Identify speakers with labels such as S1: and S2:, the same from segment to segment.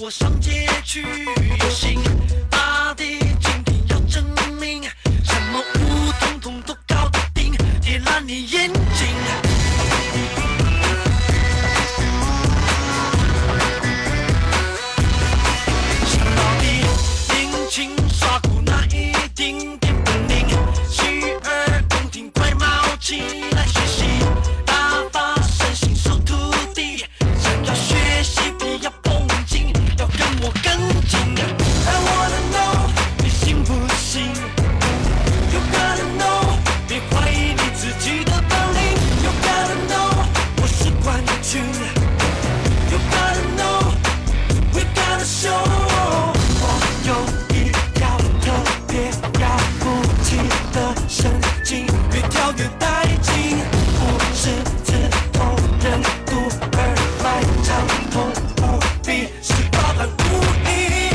S1: 我上街去游行，阿弟今天要证明，什么雾统统都搞定，铁烂你眼睛。想到底，尽情耍酷那一丁点本领，洗耳恭听快毛起来学习，打发身心守土地。想要学习别要绷紧，要跟我跟进。I wanna know 你信不信？You gotta know 别怀疑你自己的本领。You gotta know 我是冠军。You gotta know。We gotta show，我有一条特别了不起的神经，越跳越带劲，不是自从人度而来，畅通无比，是八般武艺。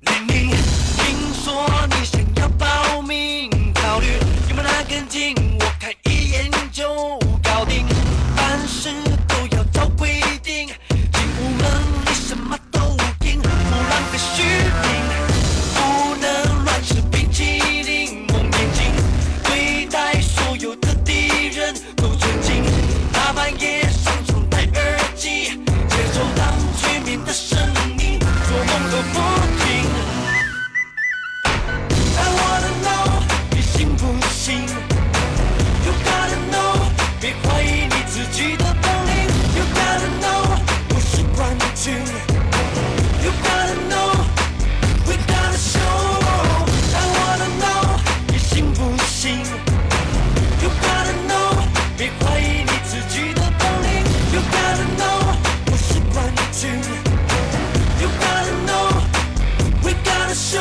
S1: 玲玲，听说你想要报名，考虑有没有那根筋？我看一眼就搞定，凡事都要照规定，进屋门里什么都听，不浪费虚名，不能乱吃冰淇淋，蒙眼睛，对待所有的敌人都尊敬，大半夜上床戴耳机，接受当局面的声音，做梦都不停。I wanna know 你信不信？You gotta know，别怀疑你自己的本领。You gotta know，我是冠军。You gotta know，we gotta show。I wanna know 你信不信？You gotta know，别怀疑你自己的本领。You gotta know，我是冠军。You gotta know，we gotta show。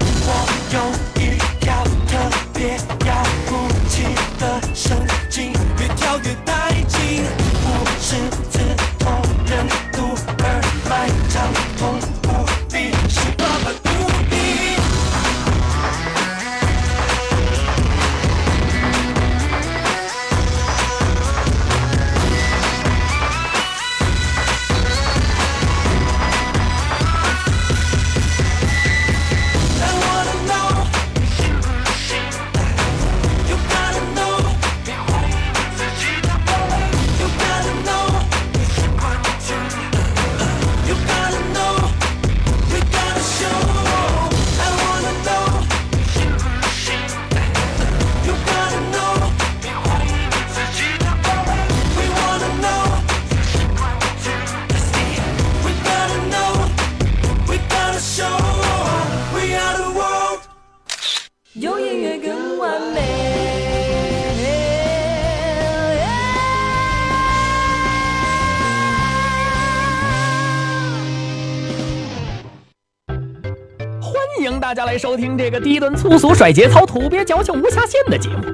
S1: 我有一条特别了不起的神经，越跳越带劲，不是自从人度而来，畅通无比，是八般武艺。I wanna know，你信不信？You gotta know，别怀疑你自己的本领。You gotta know，你是冠军。You gotta know，we gotta show。I wanna know，你信不信？You gotta know，别怀疑你自己的本领。We wanna know，你是冠军。We gotta know，we gotta show，we are the world。
S2: 有音乐更完美。
S3: 欢迎大家来收听这个低端粗俗、甩节操、土鳖矫情、无下限的节目。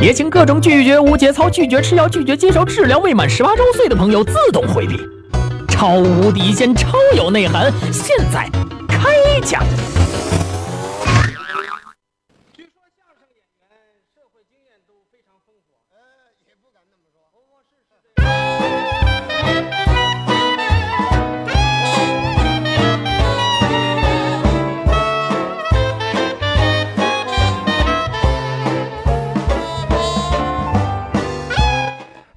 S3: 也请各种拒绝无节操、拒绝吃药、拒绝接受治疗未满十八周岁的朋友自动回避。超无底线，超有内涵，现在开讲。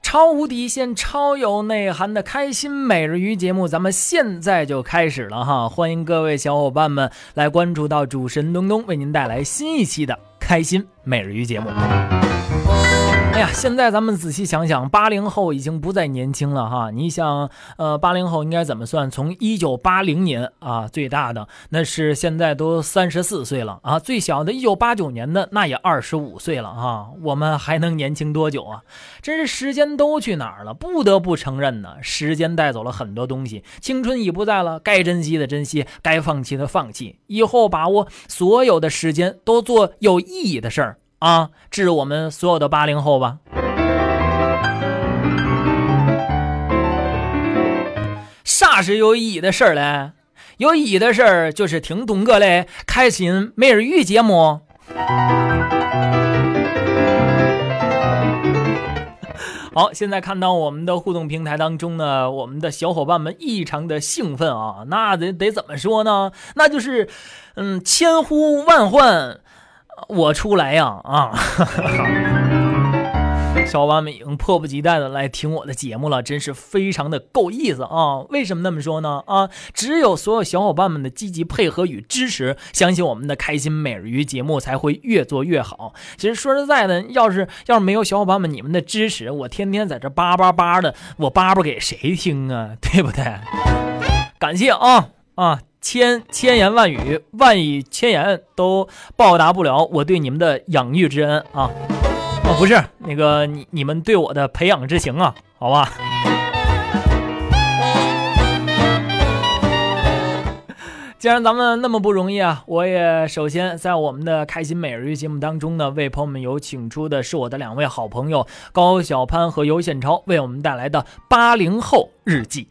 S3: 超无底线、超有内涵的开心每日鱼节目，咱们现在就开始了哈！欢迎各位小伙伴们来关注到主持人东东为您带来新一期的开心每日鱼节目。哎呀，现在咱们仔细想想，八零后已经不再年轻了哈！你想，呃，八零后应该怎么算？从一九八零年啊，最大的那是现在都三十四岁了啊，最小的一九八九年的那也二十五岁了啊，我们还能年轻多久啊？真是时间都去哪儿了？不得不承认呢，时间带走了很多东西，青春已不在了，该珍惜的珍惜，该放弃的放弃，以后把握所有的时间，都做有意义的事儿啊！致我们所有的八零后吧。啥是有意义的事儿嘞？有意义的事儿就是听东哥嘞开心每日语节目。好，现在看到我们的互动平台当中呢，我们的小伙伴们异常的兴奋啊，那得得怎么说呢？那就是，嗯，千呼万唤，呃我出来呀啊！小伙伴们已经迫不及待的来听我的节目了，真是非常的够意思啊！为什么那么说呢？啊，只有所有小伙伴们的积极配合与支持，相信我们的开心每日鱼节目才会越做越好。其实说实在的，要是要是没有小伙伴们你们的支持，我天天在这叭叭叭的，我叭叭给谁听啊？ 对不对？感谢啊啊！千千言万语，万语千言都报答不了我对你们的养育之恩啊！哦，不是那个你你们对我的培养之情啊，好吧。既然咱们那么不容易啊，我也首先在我们的开心每日鱼节目当中呢，为朋友们有请出的是我的两位好朋友高晓攀和尤宪超为我们带来的八零后日记。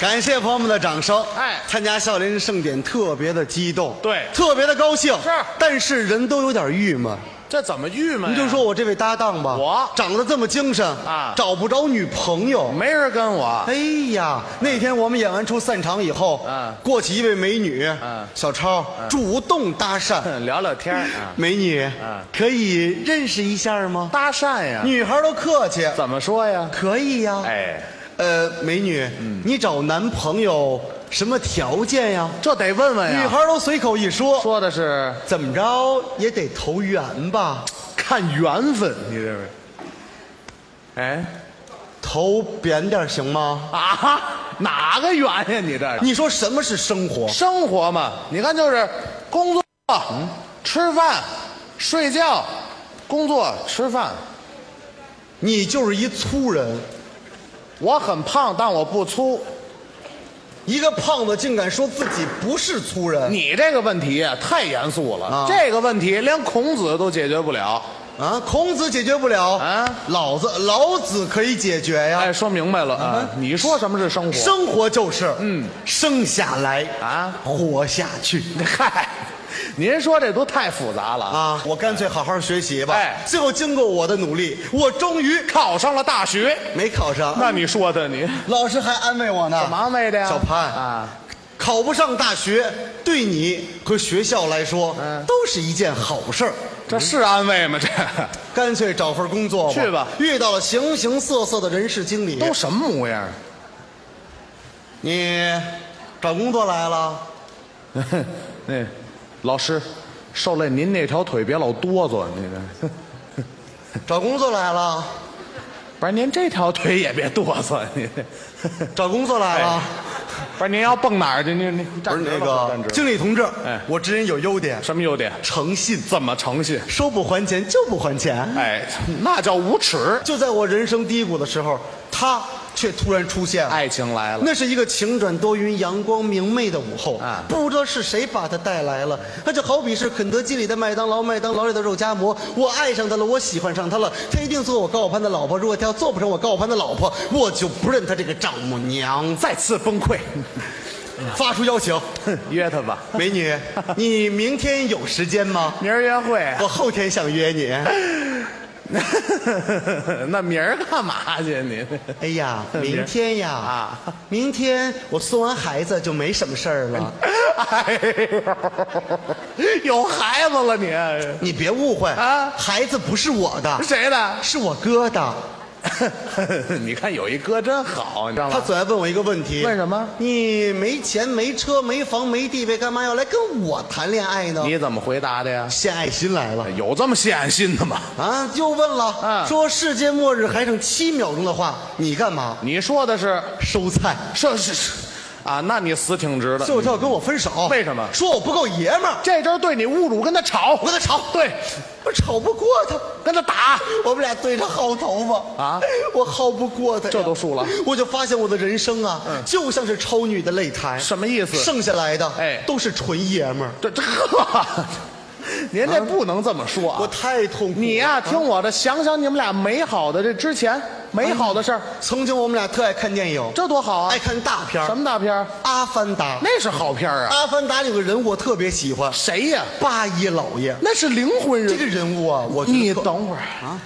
S4: 感谢朋友们的掌声。
S5: 哎
S4: 参加校园盛典特别的激动，
S5: 对
S4: 特别的高兴。
S5: 是
S4: 但是人都有点郁闷。
S5: 这怎么郁闷呀？
S4: 您就说我这位搭档吧，
S5: 我
S4: 长得这么精神
S5: 啊
S4: 找不着女朋友。
S5: 没人跟我，
S4: 哎呀，那天我们演完出散场以后，
S5: 嗯
S4: 过去一位美女，
S5: 嗯
S4: 小超、主动搭讪，
S5: 哼 聊聊 天儿啊，
S4: 美女，
S5: 嗯
S4: 可以认识一下吗？
S5: 搭讪呀，
S4: 女孩都客气，
S5: 怎么说呀？
S4: 可以呀。
S5: 哎，嗯
S4: 呃，美女，你找男朋友什么条件呀？
S5: 这得问问呀。
S4: 女孩都随口一说，
S5: 说的是
S4: 怎么着也得投缘吧，
S5: 看缘分，你这是？哎
S4: 投扁点儿行吗？
S5: 啊哈，哪个缘呀？你这是
S4: 你说什么是生活？
S5: 生活嘛，你看就是工作、吃饭、睡觉、工作、吃饭。
S4: 你就是一粗人，
S5: 我很胖，但我不粗。
S4: 一个胖子竟敢说自己不是粗人
S5: 你这个问题呀太严肃了，
S4: 啊
S5: 这个问题连孔子都解决不了。
S4: 啊！孔子解决不了
S5: 啊
S4: 老子老子可以解决呀。
S5: 哎，说明白了啊！你说什么是生活？
S4: 生活就是，嗯，生下来
S5: 啊
S4: 活下去。
S5: 嗨，您说这都太复杂了啊！
S4: 啊，我干脆好好学习吧。
S5: 哎
S4: 最后经过我的努力，我终于
S5: 考上了大学，
S4: 没考上。
S5: 那你说的你
S4: 老师还安慰我呢，
S5: 怎么安慰的呀？
S4: 小潘
S5: 啊，
S4: 考不上大学，对你和学校来说，
S5: 嗯
S4: 都是一件好事儿。
S5: 这是安慰吗？这
S4: 干脆找份工作吧，
S5: 去吧
S4: 遇到了形形色色的人事经理，
S5: 都什么模样？
S4: 你找工作来了，
S5: 那老师，受累您那条腿别老哆嗦，那个
S4: 找工作来了，
S5: 不是您这条腿也别哆嗦，你
S4: 找工作来
S5: 啊
S4: 了。
S5: 不是您要蹦哪儿去？您您
S4: 不
S5: 哎站
S4: 是
S5: 直
S4: 那个
S5: 了站直
S4: 经理同志，
S5: 哎
S4: 我这人有优点，
S5: 什么优点？
S4: 诚信，
S5: 怎么诚信？
S4: 说不还钱就不还钱。
S5: 哎，那叫无耻！
S4: 就在我人生低谷的时候，他却突然出现了。
S5: 爱情来了，
S4: 那是一个晴转多云、阳光明媚的午后
S5: 啊
S4: 不知道是谁把她带来了。那就好比是肯德基里的麦当劳，麦当劳里的肉夹馍。我爱上她了，我喜欢上她了，她一定做我高晓攀的老婆。如果她要做不成我高晓攀的老婆，我就不认她这个丈母娘。
S5: 再次崩溃，
S4: 发出邀请，
S5: 约他吧，
S4: 美女， 你明天有时间 吗？
S5: 明儿约会。啊
S4: 我后天想约你。
S5: 那明儿干嘛去？你
S4: 哎 呀，明天呀，
S5: 啊
S4: 明天我送完孩子就没什么事儿了。
S5: 有孩子了你？
S4: 你别误会
S5: 啊
S4: 孩子不是我的，
S5: 谁的？
S4: 是我哥的。
S5: 你看有一哥真好，你知道
S4: 他
S5: 吗？
S4: 总爱问我一个问题，
S5: 问什么
S4: 你没钱、没车、没房、没地位，干嘛要来跟我谈恋爱呢？
S5: 你怎么回答的呀？
S4: 献爱心来了
S5: 有这么献心的吗？
S4: 啊！又问了，
S5: 啊
S4: 说世界末日还剩七秒钟的话，你干嘛？
S5: 你说的是
S4: 收菜。
S5: 是是是啊，那你死挺直的。
S4: 最后他要跟我分手，
S5: 为什么
S4: 说我不够爷们儿，
S5: 这阵对你侮辱，跟他吵，
S4: 我跟他吵，
S5: 对，
S4: 我吵不过他。
S5: 跟他打。
S4: 我们俩对着薅头发
S5: 啊，
S4: 我薅不过他呀，
S5: 这都输了嗯
S4: 我就发现我的人生啊，就像是超女的擂台，
S5: 什么意思
S4: 剩下来的
S5: 哎
S4: 都是纯爷们儿，
S5: 这这呵，您这不能这么说啊！
S4: 我太痛苦了。
S5: 你呀、听我的，想想你们俩美好的这之前，美好的事儿，
S4: 曾经我们俩特爱看电影，
S5: 这多好啊！
S4: 爱看大片儿
S5: 什么大片儿？
S4: 阿凡达》。
S5: 那是好片儿啊！
S4: 阿凡达里有个人物我特别喜欢，
S5: 谁呀？
S4: 八一老爷。
S5: 那是灵魂
S4: 这
S5: 人
S4: 个人物啊，我觉得
S5: 你
S4: 特
S5: 等会儿
S4: 啊，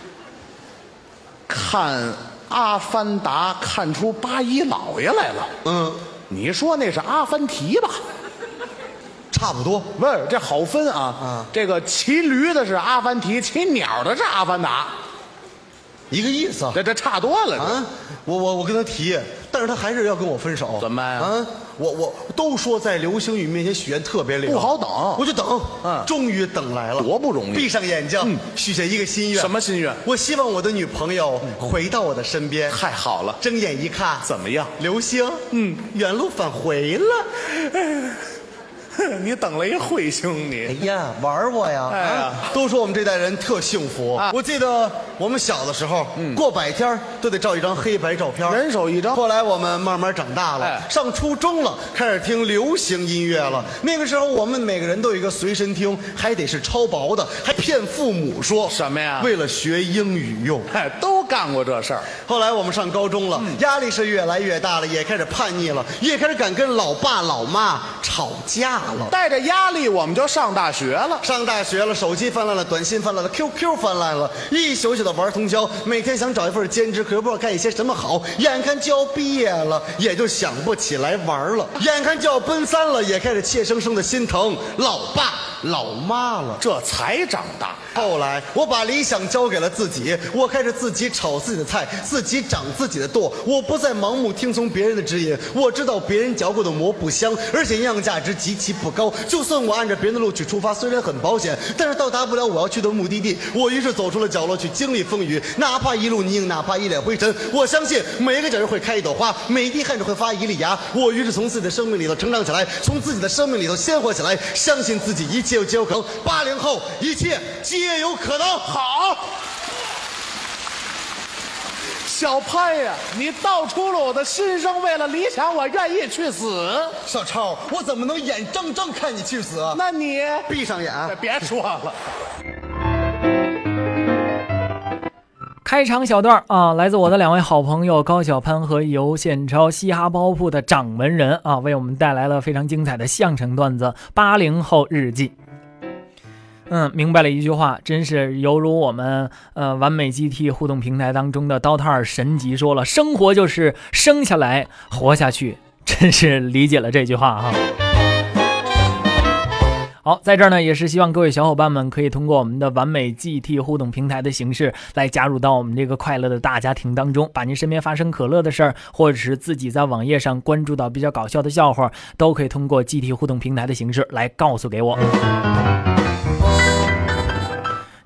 S5: 看《阿凡达》，看出八一老爷来了。
S4: 嗯，
S5: 你说那是阿凡提吧？
S4: 差不多。
S5: 不是，这好分啊。
S4: 嗯
S5: 这个骑驴的是阿凡提，骑鸟的是阿凡达，
S4: 一个意思啊。
S5: 这这差多了。
S4: 啊，我我我跟他提，但是他还是要跟我分手，
S5: 怎么办呀
S4: 啊，我我都说在流星雨面前许愿特别灵，
S5: 不好等
S4: 我就等，
S5: 嗯
S4: 终于等来了，
S5: 多不容易嗯
S4: 闭上眼睛，许下一个心愿，
S5: 什么心愿
S4: 我希望我的女朋友回到我的身边。
S5: 太好了，
S4: 睁眼一看，
S5: 怎么样？
S4: 流星，嗯，原路返回了。
S5: 你等了一彗星，
S4: 哎
S5: 你
S4: 呀，玩我呀！
S5: 哎呀啊
S4: 啊，都说我们这代人特幸福。我记得我们小的时候，过百天儿都得照一张黑白照片，
S5: 嗯人手一张
S4: 后来我们慢慢长大了
S5: 哎，
S4: 上初中了，开始听流行音乐了。那个时候，我们每个人都有一个随身听，还得是超薄的，还骗父母说
S5: 什么呀
S4: 为了学英语用。
S5: 哎，嗯都干过这事儿。
S4: 后来我们上高中了，压力是越来越大了，也开始叛逆了，也开始敢跟老爸老妈吵架了。
S5: 带着压力，我们就上大学了。
S4: 上大学了，手机泛滥了，短信泛滥了，QQ 泛滥了，一宿宿的玩通宵，每天想找一份兼职，可又不知道干一些什么好。眼看就要毕业了，也就想不起来玩了；眼看就要奔三了，也开始怯生生的心疼老爸老妈了。
S5: 这才长大。
S4: 后来，我把理想交给了自己，我开始自己炒自己的菜，自己长自己的舵。我不再盲目听从别人的指引，我知道别人嚼过的蘑不香，而且营养价值极其不高。就算我按照别人的路去出发，虽然很保险，但是到达不了我要去的目的地。我于是走出了角落，去经历风雨，哪怕一路泥泞，哪怕一脸灰尘，我相信每个角落会开一朵花，每滴汗水会发一粒芽。我于是从自己的生命里头成长起来，从自己的生命里头鲜活起来，相信自己一切皆有可能。八零后，一切皆有可能。
S5: 好，小潘呀，你道出了我的心声。为了理想，我愿意去死。
S4: 小超，我怎么能眼睁睁看你去死啊？
S5: 那你
S4: 闭上眼，啊
S5: 别说了，
S3: 开场小段儿啊，来自我的两位好朋友高晓攀和尤宪超，嘻哈包铺的掌门人啊，为我们带来了非常精彩的相声段子《八零后日记》。嗯，明白了一句话，真是犹如我们呃完美 GT 互动平台当中的刀塔尔神级说了，生活就是生下来活下去，真是理解了这句话哈、好，在这儿呢，也是希望各位小伙伴们可以通过我们的完美 GT 互动平台的形式，来加入到我们这个快乐的大家庭当中，把您身边发生可乐的事儿，或者是自己在网页上关注到比较搞笑的笑话，都可以通过 GT 互动平台的形式来告诉给我。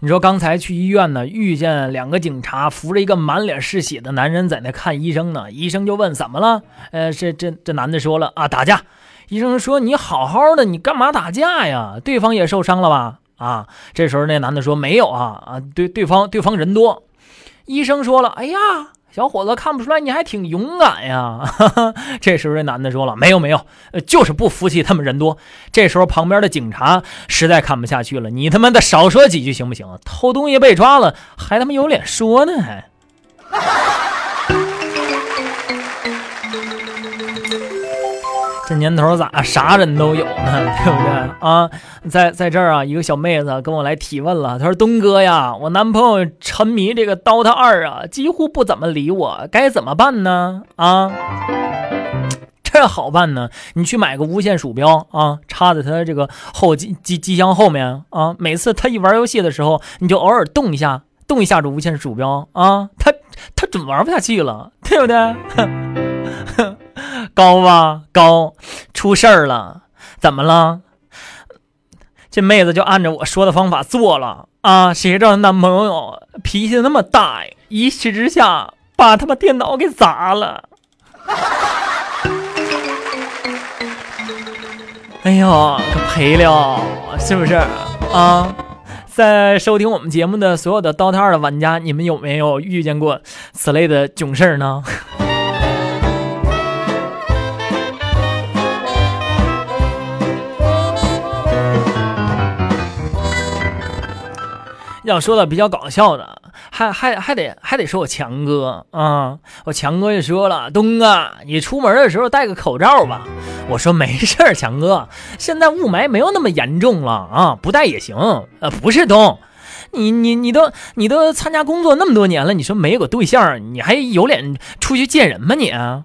S3: 你说刚才去医院呢，遇见两个警察扶着一个满脸是血的男人在那看医生呢，医生就问怎么了？呃，这这这男的说了啊，打架。医生说：“你好好的，你干嘛打架呀？对方也受伤了吧？”啊，这时候那男的说：“没有啊，啊，对，对方对方人多。”医生说了：“哎呀，小伙子，看不出来你还挺勇敢呀。 哈哈”这时候这男的说了：“没有没有，呃，就是不服气他们人多。”这时候旁边的警察实在看不下去了：“你他妈的少说几句行不行？偷东西被抓了，还他妈有脸说呢还？”这年头咋啥人都有呢，对不对啊？在在这儿啊，一个小妹子跟我来提问了，她说：“东哥呀，我男朋友沉迷这个 DOTA 二啊，几乎不怎么理我，该怎么办呢？”啊，这好办呢，你去买个无线鼠标啊，插在他这个后机机机箱后面啊，每次他一玩游戏的时候，你就偶尔动一下，动一下这无线鼠标啊，他他准玩不下去了，对不对？ 高吧，高，出事儿了，怎么了？这妹子就按照我说的方法做了啊！谁知道她男朋友脾气那么大呀，一气之下把他妈电脑给砸了。 哎呦，可赔了，是不是啊？在收听我们节目的所有的《DOTA 二》的玩家，你们有没有遇见过此类的囧事儿呢？要说到比较搞笑的，还还还得还得说我强哥啊，我强哥就说了，东哥，你出门的时候戴个口罩吧。我说没事儿，强哥，现在雾霾没有那么严重了啊，不戴也行。呃，不是东，你你你都你都参加工作那么多年了，你说没有个对象，你还有脸出去见人吗你啊？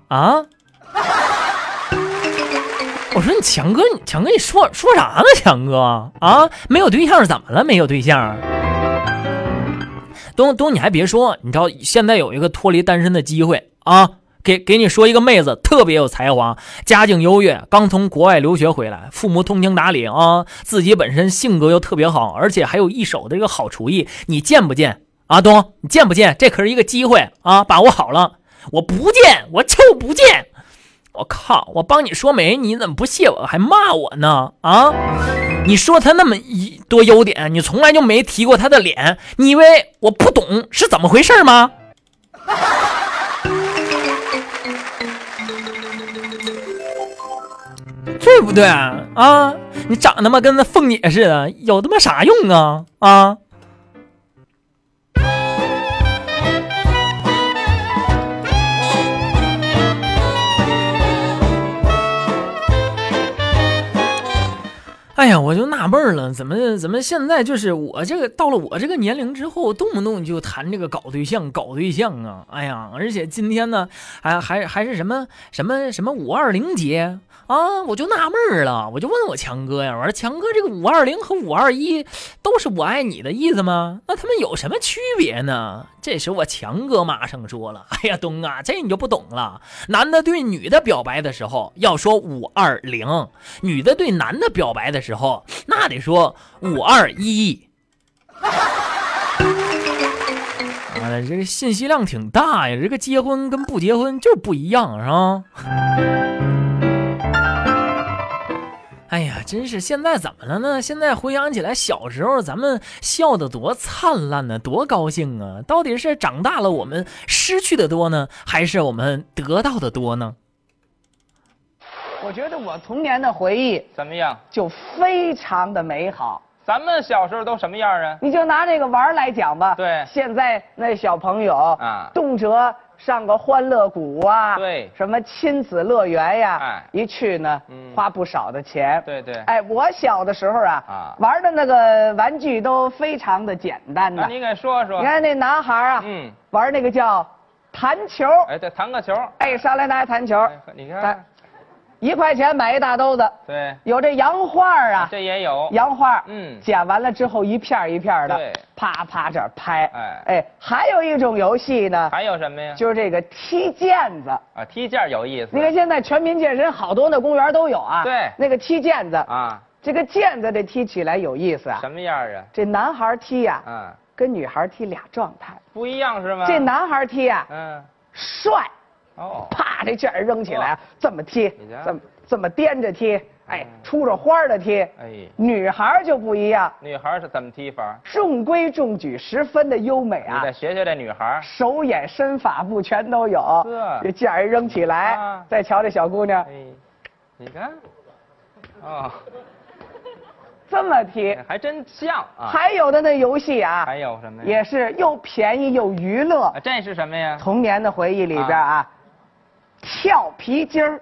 S3: 我说你强哥，你强哥你说说啥呢？强哥啊，没有对象怎么了？没有对象？东东，你还别说，你知道现在有一个脱离单身的机会啊！给给你说一个妹子，特别有才华，家境优越，刚从国外留学回来，父母通情达理啊，自己本身性格又特别好，而且还有一手的这个好厨艺，你见不见啊？东，你见不见？这可是一个机会啊，把握好了！我不见，我就不见。我靠！我帮你说媒，你怎么不谢我，还骂我呢？啊！你说他那么一多优点，你从来就没提过他的脸，你以为我不懂是怎么回事吗？对不对啊？你长他妈跟那凤姐似的，有他妈啥用啊啊！哎呀，我就纳闷儿了，怎么怎么现在就是我这个到了我这个年龄之后，动不动就谈这个搞对象，搞对象啊！哎呀，而且今天呢，还还还是什么什么什么五二零节啊，我就纳闷儿了，我就问我强哥呀，我说强哥，这个五二零和五二一都是我爱你的意思吗？那他们有什么区别呢？这时我强哥马上说了， 哎呀，东啊，这你就不懂了，男的对女的表白的时候要说五二零，女的对男的表白的时候，那得说五二一。 完了，哎这个信息量挺大呀，这个结婚跟不结婚就是不一样，是吧？哎呀，真是现在怎么了呢？现在回想起来，小时候咱们笑得多灿烂呢、多高兴啊！到底是长大了我们失去的多呢，还是我们得到的多呢？
S6: 我觉得我童年的回忆
S7: 怎么样？
S6: 就非常的美好。
S7: 咱们小时候都什么样啊？
S6: 你就拿这个玩儿来讲吧，
S7: 对
S6: 现在那小朋友
S7: 啊
S6: 动辄上个欢乐谷啊，
S7: 对
S6: 什么亲子乐园呀、
S7: 哎
S6: 一去呢、
S7: 嗯
S6: 花不少的钱，
S7: 对对
S6: 哎，我小的时候啊，
S7: 啊
S6: 玩的那个玩具都非常的简单
S7: 那
S6: 的，
S7: 啊你给说说
S6: 你。看那男孩啊，
S7: 嗯
S6: 玩那个叫弹球，
S7: 哎，对，弹个球。
S6: 哎，上来拿弹球，
S7: 哎，你看
S6: 弹，一块钱买一大兜子，
S7: 对，
S6: 有这洋画儿啊，
S7: 这也有。
S6: 洋画，嗯
S7: 嗯，
S6: 剪完了之后一片儿一片儿的
S7: 对，
S6: 啪啪这儿拍，哎
S7: 哎
S6: 哎，还有一种游戏呢，
S7: 还有什么呀？
S6: 就是这个踢毽子。
S7: 啊，踢毽儿有意思。
S6: 你看现在全民健身，好多那公园都有啊。
S7: 对
S6: 那个踢毽子，
S7: 啊，
S6: 这个毽子这踢起来有意思啊
S7: 什。么样啊？
S6: 这男孩踢呀，
S7: 啊，
S6: 跟女孩踢俩状态。
S7: 不一样是吗？
S6: 这男孩踢呀，
S7: 嗯，
S6: 帅，
S7: 哦，
S6: 啪这毽儿扔起来啊，这么踢
S7: 你瞧，嗯
S6: 这么这么颠着踢，哎，出着花儿的踢。
S7: 哎，
S6: 女孩就不一样。
S7: 女孩是怎么踢法？
S6: 中规中矩，十分的优美
S7: 你
S6: 啊
S7: 再，学学这女孩儿。
S6: 手眼身法步全都有
S7: 是。
S6: 这毽儿一扔起来，
S7: 啊
S6: 再瞧这小姑娘
S7: 哎，你看，哦，
S6: 这么踢，
S7: 还真像啊。
S6: 还有的那游戏啊，
S7: 还有什哎么呀？
S6: 也是又便宜又娱乐
S7: 啊，。这是什么呀？
S6: 童年的回忆里边啊，跳皮筋儿，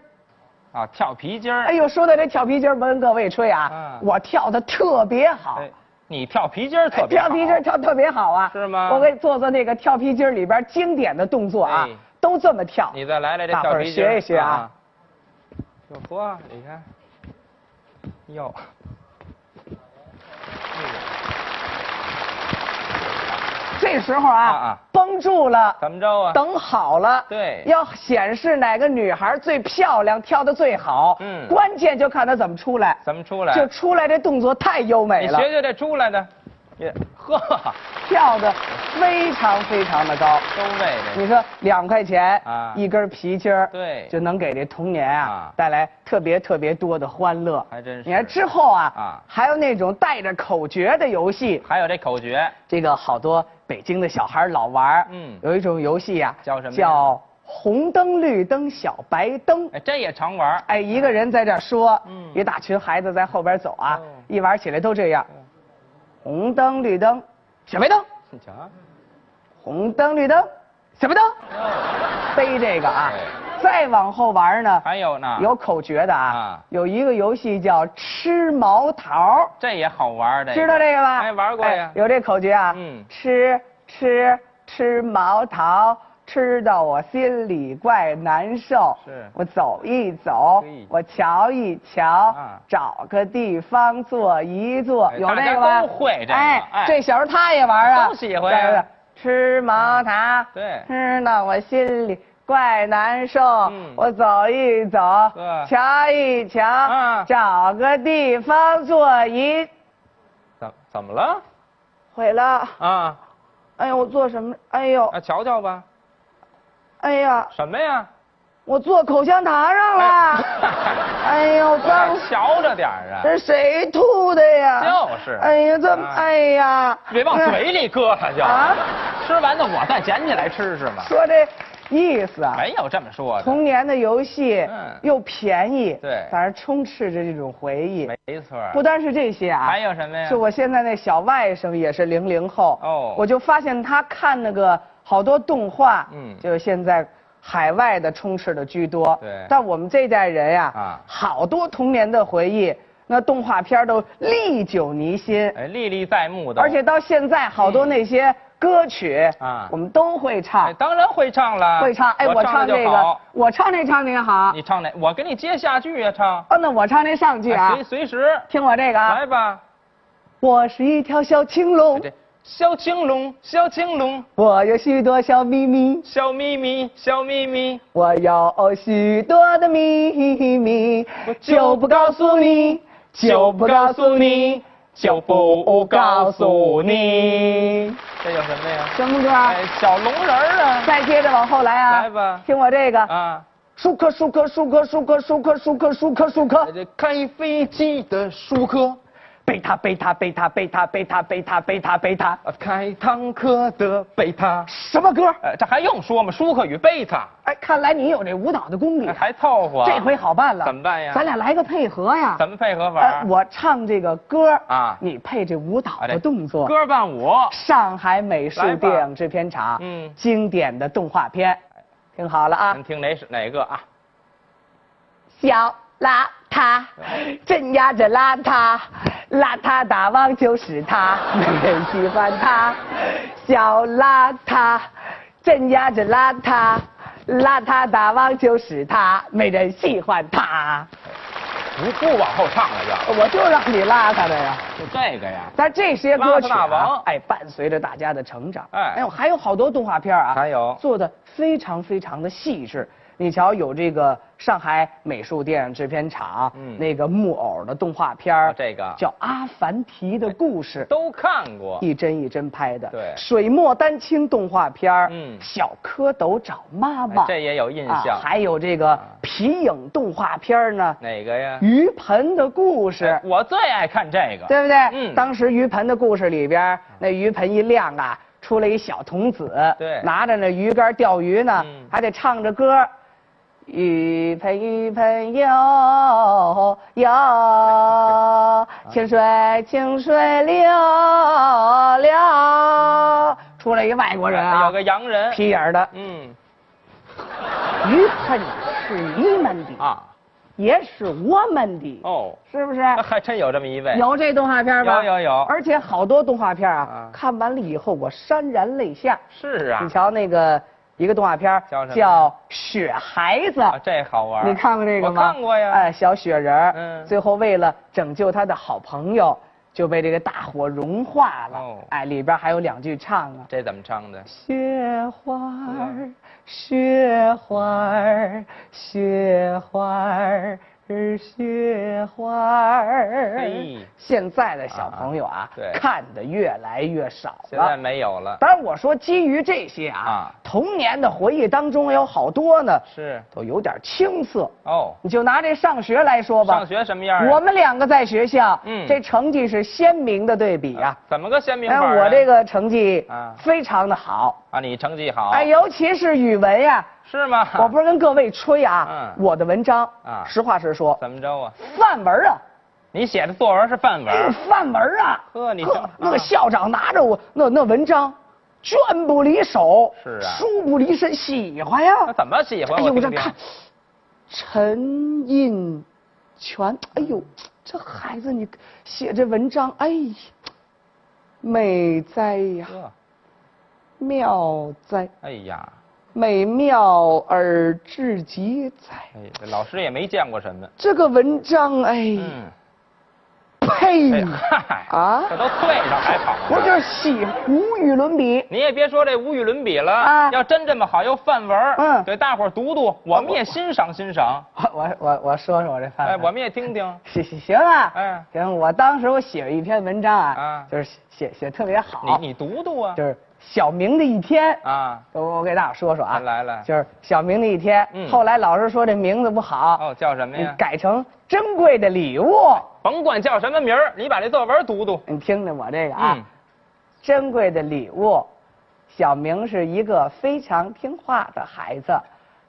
S7: 啊，跳皮筋儿。
S6: 哎呦，说到这跳皮筋儿，不跟各位吹啊
S7: 啊，
S6: 我跳的特别好。哎
S7: 哎，你跳皮筋儿特别
S6: 跳
S7: 好。
S6: 皮筋儿跳特别好啊，
S7: 是吗
S6: 我给你做做那个跳皮筋儿里边经典的动作啊
S7: 哎，
S6: 都这么跳。
S7: 你再来来这
S6: 大伙
S7: 跳
S6: 儿
S7: 皮筋儿
S6: 学一学啊。
S7: 哟呵，你看，哟，
S6: 这时候啊，
S7: 啊啊
S6: 绷住了，
S7: 怎么着啊？
S6: 等好了，
S7: 对
S6: 要显示哪个女孩最漂亮，跳得最好，
S7: 嗯
S6: 关键就看她怎么出来，
S7: 怎么出来？
S6: 就出来这动作太优美
S7: 你
S6: 了
S7: 学，学这出来的，也呵，
S6: 跳得非常非常的高。
S7: 都位这
S6: 你
S7: 个。
S6: 说两块钱
S7: 啊
S6: 一根皮筋儿，
S7: 对
S6: 就能给这童年啊
S7: 啊
S6: 带来特别特别多的欢乐。
S7: 还真是
S6: 你看之后啊，
S7: 啊
S6: 还有那种带着口诀的游戏，
S7: 还有这口诀，
S6: 这个好多北京的小孩儿老玩儿
S7: 嗯
S6: 有一种游戏呀、
S7: 叫什么呀
S6: 叫红灯、绿灯、小白灯。
S7: 哎，这也常玩儿。
S6: 哎，一个人在这儿说，
S7: 嗯
S6: 一大群孩子在后边走啊，
S7: 哦
S6: 一玩起来都这样。红灯、绿灯、小白灯、
S7: 你瞧，
S6: 红灯、绿灯、小白灯，
S7: 嗯
S6: 背这个啊。再往后玩呢，
S7: 哎还有呢，
S6: 有口诀的啊
S7: 啊，
S6: 有一个游戏叫吃毛桃，
S7: 这也好玩儿的，
S6: 知道这个吧？
S7: 哎，玩过呀
S6: 哎。有这口诀啊，
S7: 嗯
S6: 吃吃吃毛桃。吃到我心里怪难受，
S7: 是
S6: 我走一走
S7: 嘿，
S6: 我瞧一瞧，
S7: 啊
S6: 找个地方坐一坐，
S7: 哎
S6: 有
S7: 大
S6: 这
S7: 家
S6: 个吧？
S7: 都会这个
S6: 哎，
S7: 哎
S6: 这小时候他也玩啊，
S7: 都喜欢嗯啊
S6: 对对吃毛桃，
S7: 对
S6: 吃到我心里怪难受，
S7: 嗯
S6: 我走一走，
S7: 呵
S6: 瞧一瞧，
S7: 啊
S6: 找个地方坐一
S7: 怎怎么了？
S6: 毁了！
S7: 啊
S6: 哎呦，我做什么？哎呦，
S7: 啊，瞧瞧吧，
S6: 哎呀，
S7: 什么呀？
S6: 我坐口香糖上了！哎呦，脏死！
S7: 瞧着点儿啊，
S6: 这谁吐的呀？
S7: 就是
S6: 哎呀，这么
S7: 啊
S6: 哎呀，
S7: 别往嘴里搁了就。
S6: 啊
S7: 吃完了我再捡起来吃是吗？
S6: 说这意思啊。
S7: 没有这么说的，
S6: 童年的游戏
S7: 哎嗯
S6: 又便宜，
S7: 对
S6: 反而充斥着这种回忆。
S7: 没错儿。
S6: 不单是这些啊，
S7: 还有什哎么呀
S6: 就我现在那小外甥也是零零后，
S7: 哦
S6: 我就发现他看那个好多动画，
S7: 嗯
S6: 就是现在海外的充斥的居多，
S7: 对
S6: 但我们这代人呀、
S7: 啊
S6: 好多童年的回忆，那动画片都历久弥新，
S7: 哎，历历在目的。
S6: 而且到现在好多那些歌曲
S7: 啊
S6: 我们都会唱。
S7: 哎，当然会唱了，
S6: 会唱，哎，我唱
S7: 的
S6: 这
S7: 就
S6: 个
S7: 好。，
S6: 我唱这唱的也好。
S7: 你唱哪？我给你接下句啊，唱。
S6: 哦，那我唱这上句啊
S7: 哎随，哎随时
S6: 听我这个啊哦
S7: 来，吧。哎
S6: 我是一条小青龙，
S7: 这小青龙，小青龙，
S6: 我有许多小秘密，
S7: 小咪咪，小咪咪，
S6: 我有许多的秘密，就不告诉你，就不告诉你，
S7: 就
S6: 不告诉你。
S7: 这叫什么呀？
S6: 什么歌？
S7: 哎，小龙人儿啊。
S6: 再接着往后来啊！
S7: 来吧
S6: 听我这个，
S7: 啊，
S6: 舒克舒克舒克舒克舒克舒克舒克舒克，
S7: 这开飞机的舒克，
S6: 贝塔贝塔贝塔贝塔贝塔贝塔贝塔贝塔，
S7: 啊开坦克的贝塔，
S6: 什么歌？
S7: 呃，这还用说吗？舒克与贝塔，
S6: 哎，看来你有这舞蹈的功底
S7: 哎，还凑合。
S6: 嗯这回好办了。
S7: 怎么办呀
S6: 咱俩来个配合呀。
S7: 怎么配合法
S6: 呃
S7: 儿？
S6: 我唱这个歌
S7: 啊
S6: 你配这舞蹈
S7: 啊
S6: 的
S7: 这
S6: 动作。
S7: 歌伴舞，
S6: 上海美术
S7: 来吧
S6: 电影制片厂，
S7: 嗯
S6: 经典的动画片，听好了啊
S7: 您，听哪是哪个啊？
S6: 小邋遢，镇压着邋遢，邋遢大王就是他，没人喜欢他。小邋遢，镇压着邋遢，邋遢大王就是他，没人喜欢他。
S7: 不不往后唱了就，
S6: 我就让你邋遢的呀。
S7: 就这个呀。
S6: 但这些歌曲、
S7: 邋遢大
S6: 啊
S7: 王，
S6: 哎，伴随着大家的成长。
S7: 哎
S6: 哎呦，还有好多动画片啊，
S7: 还有
S6: 做的非常非常的细致。你瞧，有这个上海美术电影制片厂，
S7: 嗯
S6: 那个木偶的动画片儿
S7: 啊这个哎
S6: 叫《阿凡提的故事》。
S7: 都看过，
S6: 一帧一帧拍的，
S7: 对
S6: 水墨丹青动画片儿，
S7: 嗯
S6: 小蝌蚪找妈妈，
S7: 哎这也有印象
S6: 啊还有这个皮影动画片儿呢，
S7: 哪个呀？
S6: 鱼盆的故事，
S7: 哎我最爱看这个。
S6: 对不对？
S7: 嗯
S6: 当时鱼盆的故事里边，那鱼盆一亮啊，出来一小童子，
S7: 对
S6: 拿着那鱼竿钓鱼呢，
S7: 嗯
S6: 还得唱着歌。鱼盆鱼盆游 游，清水清水流流。出来一外国人啊，
S7: 哎有个洋人。
S6: 皮影儿的，
S7: 嗯
S6: 鱼盆是你们的，
S7: 啊
S6: 也是我们的，
S7: 哦，
S6: 是不是？
S7: 还真有这么一位。
S6: 哎 有这动画片吧？
S7: 有有有
S6: 而且好多动画片啊
S7: 啊，
S6: 看完了以后我潸然泪下。
S7: 是啊
S6: 你，瞧那个一个动画片
S7: 叫什么
S6: 叫《雪孩子》，
S7: 啊这好玩。
S6: 你看过这个吗？
S7: 我看过呀。
S6: 哎，小雪人儿，
S7: 嗯
S6: 最后为了拯救他的好朋友，就被这个大火融化了。
S7: 哦嗯
S6: 哎，里边还有两句唱啊。
S7: 这怎么唱的？
S6: 雪花儿，雪花儿，雪花儿，雪花儿
S7: 嘿。
S6: 现在的小朋友啊
S7: 啊，对
S6: 看的越来越少
S7: 现在
S6: 了。
S7: 没有了。
S6: 当然，我说基于这些啊，
S7: 啊
S6: 童年的回忆当中有好多呢，
S7: 是
S6: 都有点青涩。
S7: 哦，
S6: 你就拿这上学来说吧，
S7: 上学什么样啊
S6: 我们两个在学校，
S7: 嗯
S6: 这成绩是鲜明的对比啊。
S7: 怎么个鲜明
S6: 哎，
S7: 法啊？
S6: 我这个成绩
S7: 啊
S6: 非常的好，
S7: 啊，你成绩好。
S6: 哎，尤其是语文呀，
S7: 是吗？
S6: 我不是跟各位吹啊，
S7: 嗯
S6: 我的文章
S7: 啊
S6: 实话实说，
S7: 怎么着啊？
S6: 范文啊，
S7: 你写的作文是范
S6: 哎
S7: 文，
S8: 范文啊，
S7: 呵你想
S8: 那个
S7: 啊
S8: 校长拿着我那那文章，卷不离手，
S7: 是啊
S8: 书不离身，喜欢 呀。
S7: 那怎么喜欢？
S8: 哎
S7: 我
S8: 呦，我
S7: 听
S8: 这
S7: 听啊
S8: 看，陈印泉，哎呦，这孩子你写这文章，哎呀，美哉呀，
S7: 呵，
S8: 妙哉，
S7: 哎呀，
S8: 美妙而至极哉。
S7: 哎，这老师也没见过什么。
S8: 这个文章，哎，
S7: 嗯，
S8: 呸！
S7: 哎嗨，
S8: 啊
S7: 这都对上还跑呢？
S8: 我这喜无与伦比。
S7: 你也别说这无与伦比了，
S8: 啊
S7: 要真这么好又范文儿，
S8: 嗯
S7: 给大伙儿读读，我们也欣赏欣赏，
S8: 我 我我我说说我这范
S7: 哎，
S8: 文。
S7: 我们也听听。
S8: 行行行啊，
S7: 哎
S8: 行，我当时我写了一篇文章啊，
S7: 啊
S8: 就是写写写特别好，
S7: 你你读读啊，
S8: 就是小明的一天。
S7: 啊，
S8: 我我给大伙说说啊，
S7: 来来
S8: 就是小明的一天。
S7: 嗯
S8: 后来老师说这名字不好，
S7: 哦，叫什么
S8: 你
S7: 呀？
S8: 改成珍贵的礼物。
S7: 甭管叫什么名儿，你把这作文读读。
S8: 你听着我这个啊，
S7: 嗯，
S8: 珍贵的礼物。小明是一个非常听话的孩子，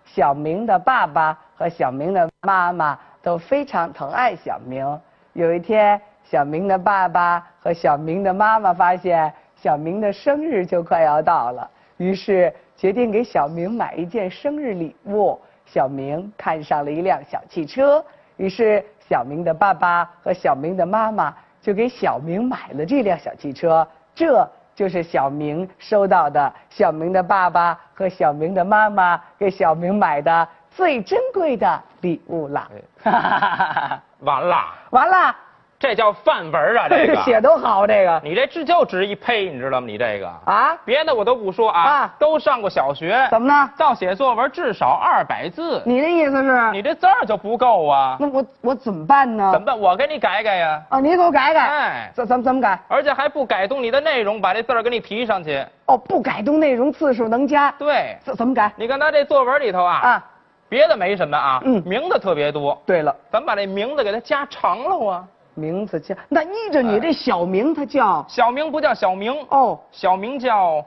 S8: 小明的爸爸和小明的妈妈都非常疼爱小明。有一天，小明的爸爸和小明的妈妈发现小明的生日就快要到了，于是决定给小明买一件生日礼物。小明看上了一辆小汽车，于是小明的爸爸和小明的妈妈就给小明买了这辆小汽车。这就是小明收到的小明的爸爸和小明的妈妈给小明买的最珍贵的礼物啦。
S7: 啊 哎完了，
S8: 完了，
S7: 这叫范文 啊，这
S8: 写
S7: 个。
S8: 多好这个
S7: 你这这就值一呸，你知道吗？你这个，
S8: 啊！
S7: 别的我都不说啊，
S8: 啊
S7: 都上过小学，
S8: 怎么呢？
S7: 造写作文至少二百字，
S8: 你的意思是？
S7: 你这字儿就不够啊？
S8: 那我我怎么办呢？
S7: 怎么办？我给你改改呀。
S8: 啊，你给我改改，
S7: 哎，
S8: 怎怎怎么改？
S7: 而且还不改动你的内容，把这字儿给你提上去。
S8: 哦，不改动内容，字数能加。
S7: 对，
S8: 怎怎么改？
S7: 你看他这作文里头啊，
S8: 啊，
S7: 别的没什么啊，
S8: 嗯
S7: 名字特别多，
S8: 对了，
S7: 咱们把这名字给它加长了啊。
S8: 名字叫那依着你
S7: 哎
S8: 这小名，他叫
S7: 小名不叫小明，
S8: 哦，
S7: 小名叫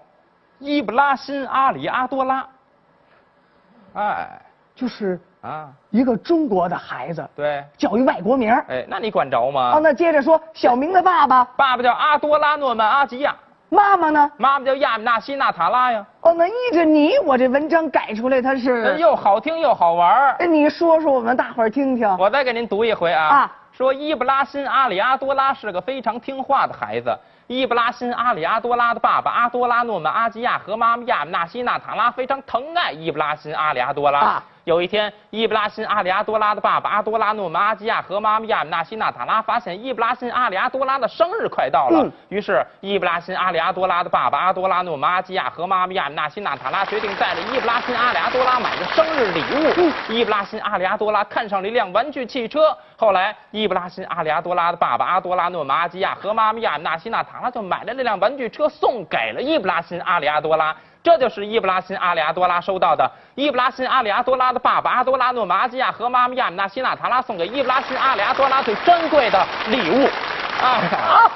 S7: 伊布拉辛阿里阿多拉。哎，
S8: 就是
S7: 啊，
S8: 一个中国的孩子
S7: 对，
S8: 叫一外国名儿。
S7: 哎，那你管着吗？
S8: 哦，那接着说，小明的爸爸
S7: 爸爸叫阿多拉诺曼阿吉亚，
S8: 妈妈呢？
S7: 妈妈叫亚米纳西纳塔拉呀，
S8: 哦，那依着你，我这文章改出来，他
S7: 这
S8: 是
S7: 又好听又好玩儿。
S8: 哎，你说说，我们大伙儿听听。
S7: 我再给您读一回啊。
S8: 啊
S7: 说伊布拉辛阿里阿多拉是个非常听话的孩子。伊布拉辛阿里阿多拉的爸爸阿多拉诺曼阿基亚和妈妈亚米纳西纳塔拉非常疼爱伊布拉辛阿里阿多拉。
S8: 啊
S7: 有一天，伊布拉辛阿里阿多拉的爸爸阿多拉诺曼阿基亚和妈妈亚米纳西纳塔拉发现伊布拉辛阿里阿多拉的生日快到了，
S8: 嗯
S7: 于是伊布拉辛阿里阿多拉的爸爸阿多拉诺曼阿基亚和妈妈亚米纳西纳塔拉决定带着伊布拉辛阿里阿多拉买的生日礼物。伊布拉辛阿里阿多拉看上了一辆玩具汽车，后来伊布拉辛阿里阿多拉的爸爸阿多拉诺曼阿基亚和妈妈亚米纳西纳塔拉就买了那辆玩具车送给了伊布拉辛阿里阿多拉。这就是伊布拉辛阿里阿多拉收到的。伊布拉辛阿里阿多拉的爸爸阿多拉诺马阿基亚和妈妈亚米纳西纳塔拉送给伊布拉辛阿里阿多拉最珍贵的礼物。哎， 好，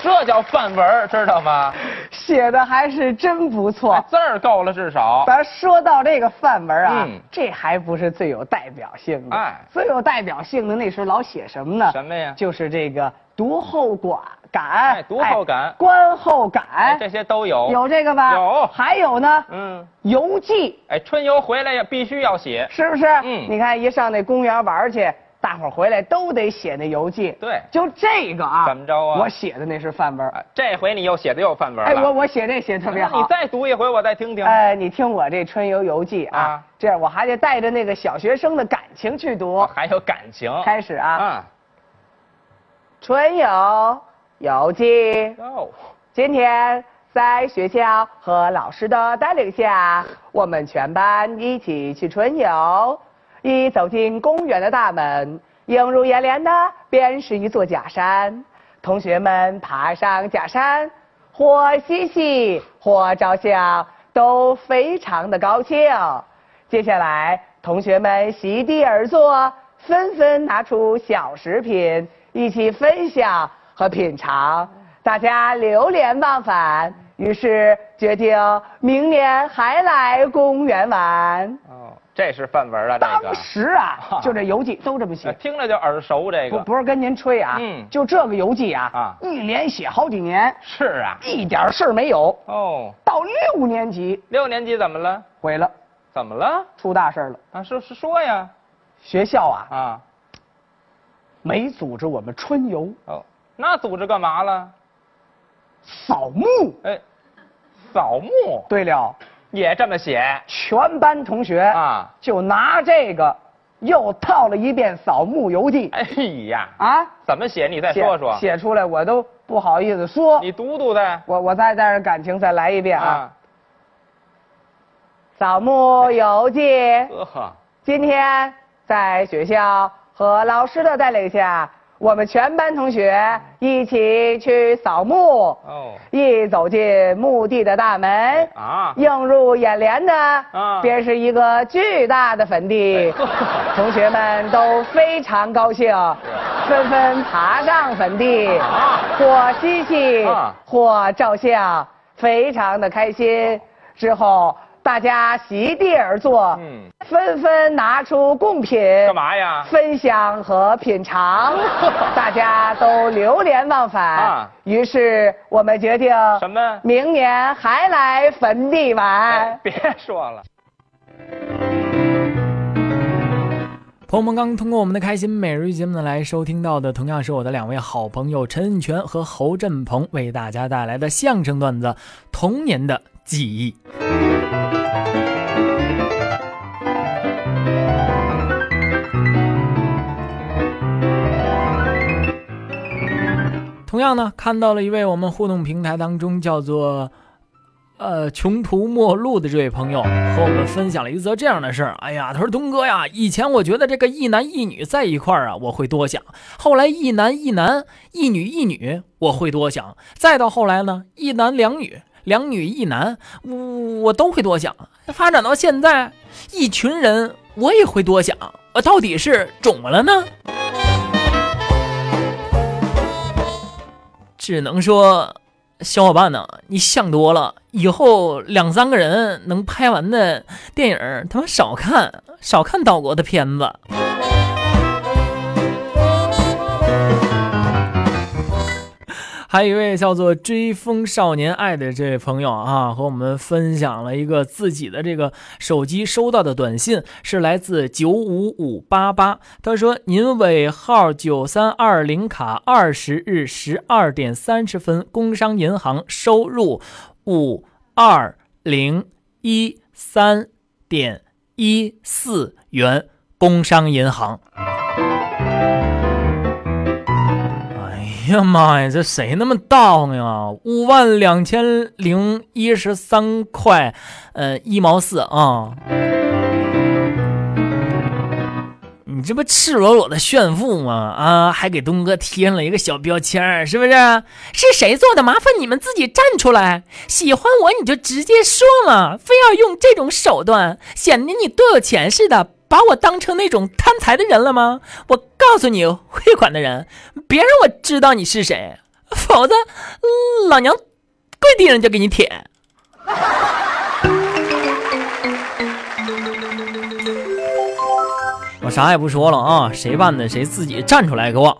S7: 这叫范文儿，知道吗？哎
S8: 写的还是真不错。
S7: 字儿够了至少。
S8: 咱说到这个范文啊，
S7: 嗯
S8: 这还不是最有代表性的。
S7: 哎
S8: 最有代表性的那时候老写什么呢？
S7: 什么呀
S8: 就是这个读后寡感，
S7: 哎读后感
S8: 哎观后感，
S7: 哎，这些都有。
S8: 有这个吧？
S7: 有
S8: 还有呢，
S7: 嗯，
S8: 游记
S7: 哎，春游回来也必须要写。
S8: 是不是？
S7: 嗯
S8: 你看一上那公园玩去，大伙儿回来都得写那游记。
S7: 对
S8: 就这个啊，
S7: 怎么着啊
S8: 我写的那是范文。
S7: 哎这回你又写的又范文
S8: 哎，
S7: 了。
S8: 我我写这写得特别
S7: 那
S8: 好。
S7: 你再读一回，我再听听。
S8: 哎，你听我这《春游游记》啊，
S7: 啊
S8: 这样我还得带着那个小学生的感情去读。
S7: 还有感情。
S8: 开始啊，
S7: 啊，
S8: 春游游记》，
S7: 哟，
S8: 今天在学校和老师的带领下，我们全班一起去春游。一走进公园的大门，映入眼帘的便是一座假山。同学们爬上假山，或嬉戏，或照相，都非常的高兴。接下来，同学们席地而坐，纷纷拿出小食品，一起分享和品尝，大家流连忘返。于是决定明年还来公园玩。
S7: 哦，这是范文啊，这
S8: 当
S7: 个
S8: 时啊，就这 游记都这么
S7: 呃
S8: 写，
S7: 听着就耳熟，这
S8: 不
S7: 个
S8: 不是跟您吹啊，
S7: 嗯
S8: 就这个游记啊，
S7: 啊
S8: 一连写好几年，
S7: 是啊，
S8: 一点事儿没有。
S7: 哦，
S8: 到六年级
S7: 六年级怎么了？
S8: 毁了，
S7: 怎么了？
S8: 出大事儿了。
S7: 啊，说是说呀，
S8: 学校啊，
S7: 啊，
S8: 没组织我们春游、
S7: 哦，那组织干嘛了？
S8: 扫墓。
S7: 哎，扫墓
S8: 对了，
S7: 也这么写
S8: 全班同学
S7: 啊？
S8: 就拿这个又套了一遍《扫墓游记》
S7: 哎呀，
S8: 啊，
S7: 怎么写？你再
S8: 写
S7: 说说，
S8: 写出来我都不好意思说。
S7: 你读读呗。
S8: 我我再带着感情再来一遍啊，
S7: 啊，
S8: 《扫墓游记》
S7: 呵呵，
S8: 今天在学校和老师的带领下，我们全班同学一起去扫墓。
S7: 哦，
S8: 一走进墓地的大门，
S7: 啊，
S8: 映入眼帘的
S7: 啊
S8: 便是一个巨大的坟
S7: 哎
S8: 地。同学们都非常高兴，纷纷爬上坟地，
S7: 啊
S8: 或嬉戏
S7: 啊，
S8: 或照相，非常的开心。之后大家席地而坐，
S7: 嗯
S8: 纷纷拿出贡品，
S7: 干嘛呀？
S8: 分享和品 尝，大家都流连忘返。
S7: 啊
S8: 于是我们决定
S7: 什么？
S8: 明年还来坟地玩
S7: 哎。， 别说了。
S3: 朋友们刚通过我们的开心每日一节目呢来收听到的，同样是我的两位好朋友陈印泉和侯振鹏为大家带来的相声段子《童年的记忆》。同样呢，看到了一位我们互动平台当中叫做呃，穷途末路的这位朋友和我们分享了一则这样的事儿。哎呀，他说东哥呀，以前我觉得这个一男一女在一块儿啊，我会多想；后来一男一男，一女一女，我会多想；再到后来呢，一男两女，两女一男，我我都会多想。发展到现在，一群人我也会多想，我到底是怎么了呢？只能说小伙伴呢，你想多了，以后两三个人能拍完的电影儿，他妈少看，少看岛国的片子。还有一位叫做“追风少年爱”的这位朋友啊，和我们分享了一个自己的这个手机收到的短信，是来自九五五八八。他说：“您尾号九三二零卡二十日十二点三十分，工商银行收入五二零一三点一四元，工商银行。”哎呀妈呀，这谁那么倒呢啊？五万两千零一十三块，呃，一毛四啊！你这不赤裸裸的炫富吗？啊，还给东哥贴上了一个小标签儿，是不是？是谁做的？麻烦你们自己站出来！喜欢我你就直接说嘛，非要用这种手段，显得你多有钱似的，把我当成那种贪财的人了吗？我告诉你，汇款的人，别让我知道你是谁，否则嗯老娘跪地上就给你舔。我啥也不说了啊，谁办的谁自己站出来给我。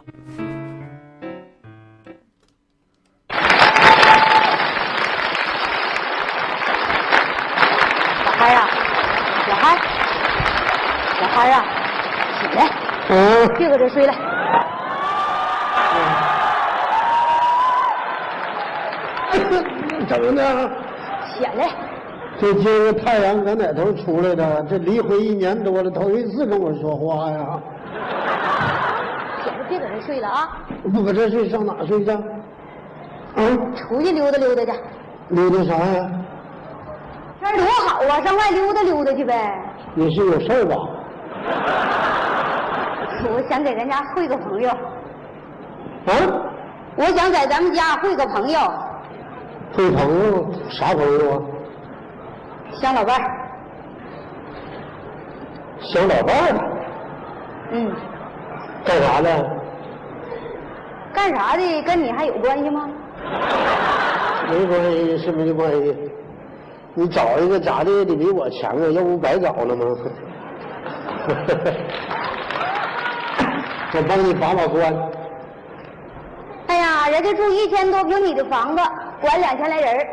S8: 小孩呀，小孩，小孩呀，起来，
S9: 嗯
S8: 别搁这睡了。
S9: 怎么的？
S10: 起来，
S9: 这今儿太阳搁哪头出来的？这离婚一年多了，头一次跟我说话呀！
S10: 起来，别搁这睡了啊，
S9: 不搁这睡，上哪睡去？啊，
S10: 出去溜达溜达去。
S9: 溜达啥呀？
S10: 这儿多好啊，上外溜达溜达去呗。
S9: 也是有事儿吧？
S10: 我想给咱家会个朋友，
S9: 啊，
S10: 我想在咱们家会个朋友，
S9: 会朋友啥朋友啊？
S10: 小老伴儿。
S9: 小老伴儿啊
S10: 嗯，
S9: 干啥的？
S10: 干啥的跟你还有关系吗？
S9: 没关系，是没关系。你找一个咋的也得比我强啊，要不白找了吗？
S5: 我帮你把把关。
S8: 哎呀，人家住一千多平米的房子，管两千来人儿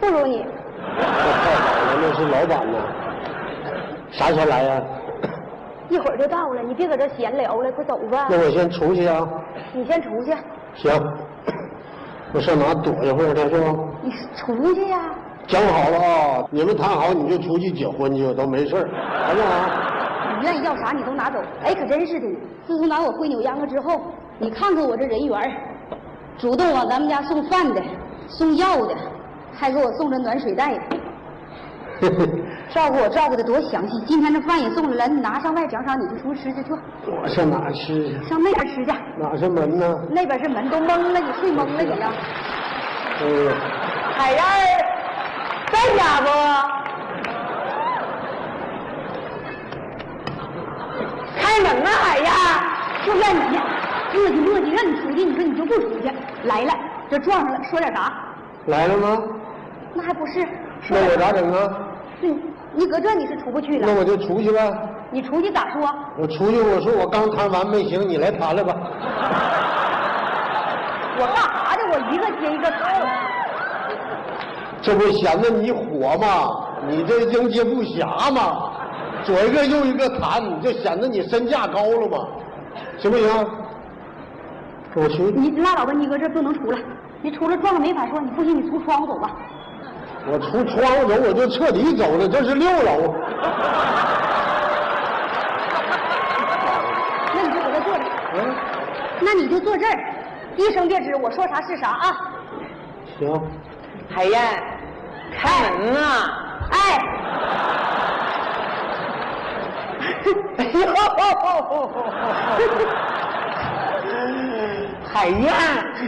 S8: 不如你。
S5: 我那是老板呢，啥时候来呀、
S8: 一会儿就到了，你别搁这闲聊了，快走吧。
S5: 那我先出去啊。
S8: 你先出去，
S5: 行，我上哪躲一会儿去是吧？
S8: 你出去呀、
S5: 讲好了啊，你们谈好你就出去结婚去，我都没事儿，啊好不好？
S8: 你愿意要啥你都拿走。哎，可真是的，自从拿我会扭秧歌之后，你看看我这人缘儿，主动往咱们家送饭的，送药的，还给我送这暖水袋的，照顾我照顾的多详细。今天这饭也送来了，你拿上外奖赏，你就出去吃去去，
S5: 我上哪吃去？
S8: 上那边吃去。
S5: 哪是门呢？
S8: 那边是门都蒙了，你睡蒙了你呀。
S5: 哎呀，
S8: 海燕儿在家不？开门啊，海燕儿！就怨你，磨叽磨叽，让你出去，你说你就不出去。来了，这撞上了，说点啥？
S5: 来了吗？
S8: 那还不是？说
S5: 那我
S8: 点
S5: 咋整啊？
S8: 你你搁这你是出不去
S5: 那
S8: 了，
S5: 我就出去呗。
S8: 你出去咋说？
S5: 我出去，我说我刚谈完没行，你来谈来吧。
S8: 我干啥的？我一个接一个走。
S5: 这不显得你火吗？你这应接不暇吗？左一个右一个谈，你就显得你身价高了吗？行不行？我出去，
S8: 你拉倒吧，你搁这不能出来，你出来撞了没法说。你不行，你从窗户走吧。
S5: 我出窗户走，我就彻底走了。这是六楼，
S8: 那你就搁这坐着。
S5: 嗯，
S8: 那你就坐这儿，一声别吱，我说啥是啥啊！
S5: 行。
S11: 海燕，开门啊！
S8: 哎，
S11: 哎 呦，海燕，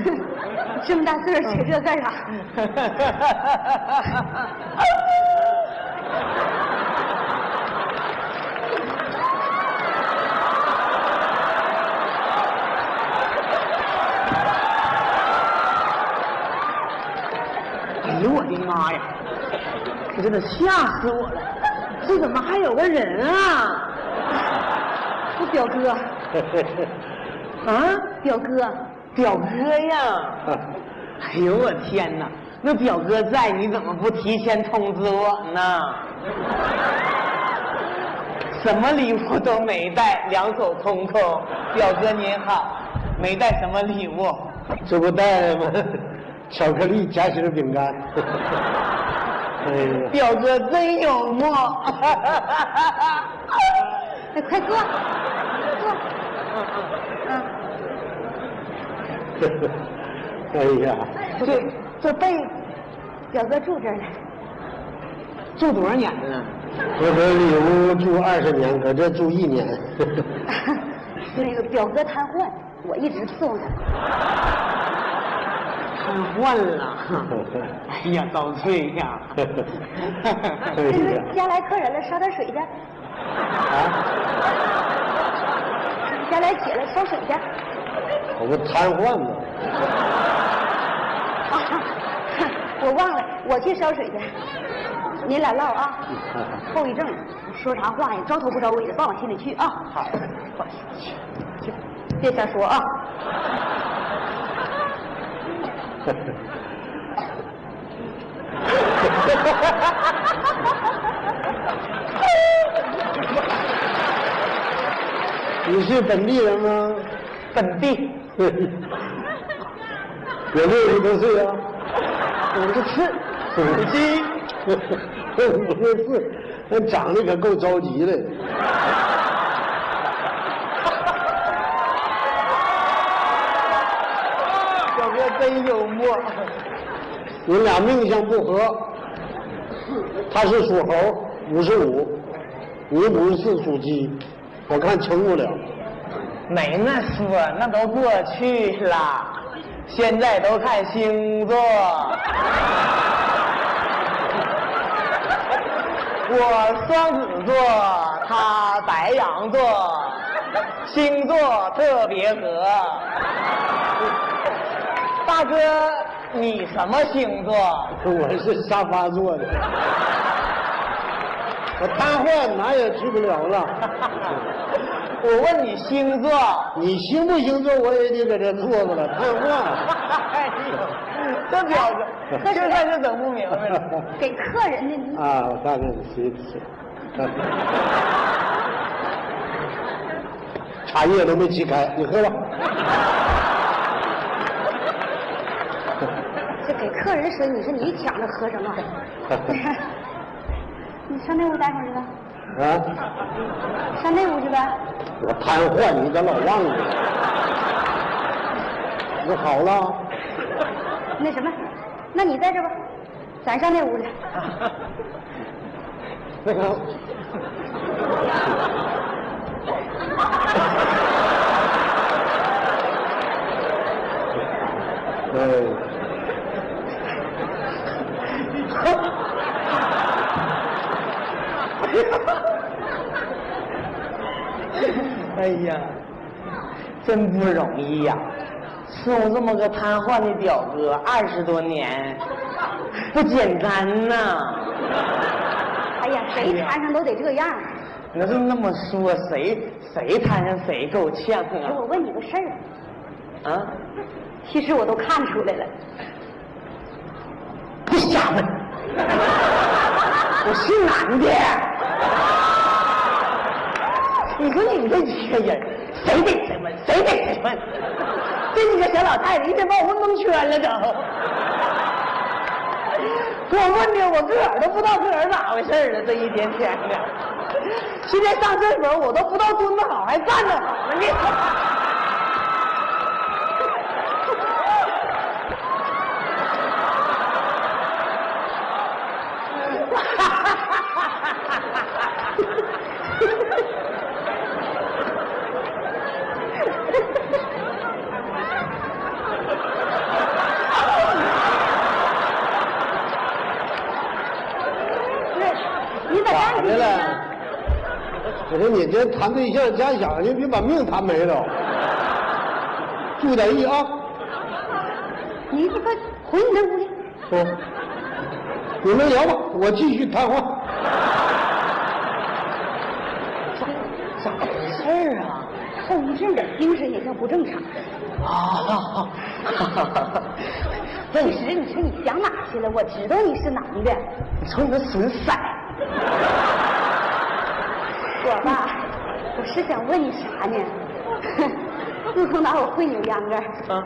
S8: 这么大岁数学这干啥？
S11: 哎哎呦我的妈呀！可真的吓死我了！这怎么还有个人啊？
S8: 我表哥，
S11: 啊，
S8: 表哥，
S11: 表哥呀！哎呦我天哪！那表哥在，你怎么不提前通知我呢？什么礼物都没带，两手空空。表哥您好，没带什么礼物。
S5: 这不带了吗？巧克力夹心饼干。哎呀，
S11: 表哥真幽 默。
S8: 哎，快坐，坐。嗯，
S5: 哎呀，
S11: 这这被
S8: 表哥住这儿了，
S11: 住多少年了呢？
S5: 我搁里屋住二十年，搁这住一年。
S8: 那个表哥瘫痪，我一直伺候他。
S11: 瘫痪了。哎呀，遭罪 呀！
S5: 哎
S8: 这
S5: 呀
S8: 是，家来客人了，烧点水去。
S5: 啊，
S8: 家来姐了，烧水去。啊，
S5: 我不瘫痪吗？
S8: 我忘了，我去烧水去。您俩唠啊，后遗症，说啥话呀，招头不招尾的，别往心里去啊。好，别瞎说啊。
S5: 你是本地人吗？
S11: 本地
S5: 我六十多岁啊，
S11: 五十次，
S5: 五斤，五十四，那长得可够着急的。
S11: 表哥真幽默。
S5: 你俩命相不合，他是属猴，五十五，你五十四属鸡，我看成不了。
S11: 没那说，那都过去了，现在都看星座。我双子座，他白羊座，星座特别合。大哥，你什么星座？
S5: 我是沙发坐的，
S1: 我瘫痪哪也去不了了。
S8: 我问你星座，
S1: 你兴不兴座，我也得搁这坐着 了，瘫痪。
S8: 哎呦，这表情，这算是整不明白 了。
S12: 给客人的你
S1: 哎啊，我看看谁谁，茶叶都没沏开，你喝吧。
S12: 这给客人水，你说你抢着喝什 么？ 你上那屋待会儿去吧，
S1: 啊，
S12: 上那屋去呗。
S1: 我瘫痪，你咋老忘了？那好了，
S12: 那什么，那你在这吧，咱上那屋去。
S1: 那个，哎。
S8: 哎呀，真不容易呀、送这么个瘫痪的表哥二十多年，不简单呐。
S12: 哎呀，谁摊上都得这样。啊
S8: 那就那么说，谁谁摊上谁够呛
S12: 哎我
S8: 啊？
S12: 问你个事儿，
S8: 啊，
S12: 其实我都看出来了，
S8: 不瞎 问，我是男的。你说你这一个人，谁逮谁问，谁逮谁问，这几个小老太太一天把我问蒙圈了都。给我问的我自个儿都不知道自个儿咋回事儿了，这一天天的。今天上厕所我都不知道蹲的好还站的好呢。
S12: 对，你咋
S1: 咋
S12: 干
S1: 的
S12: 呢？
S1: 了？我说你这谈对象家想，你别把命谈没了。注意点意啊！
S12: 你这快回你那屋去。
S1: 不，你们聊吧，我继续谈话。
S8: 咋回事儿啊？
S12: 后遗症的精神也叫不正常。哦
S8: 啊，
S12: 其实你说你想哪去了？我知道你是男的，
S8: 你瞅你那损色，
S12: 我吧，我是想问你啥呢？ 自从打我会扭秧歌，
S8: 啊，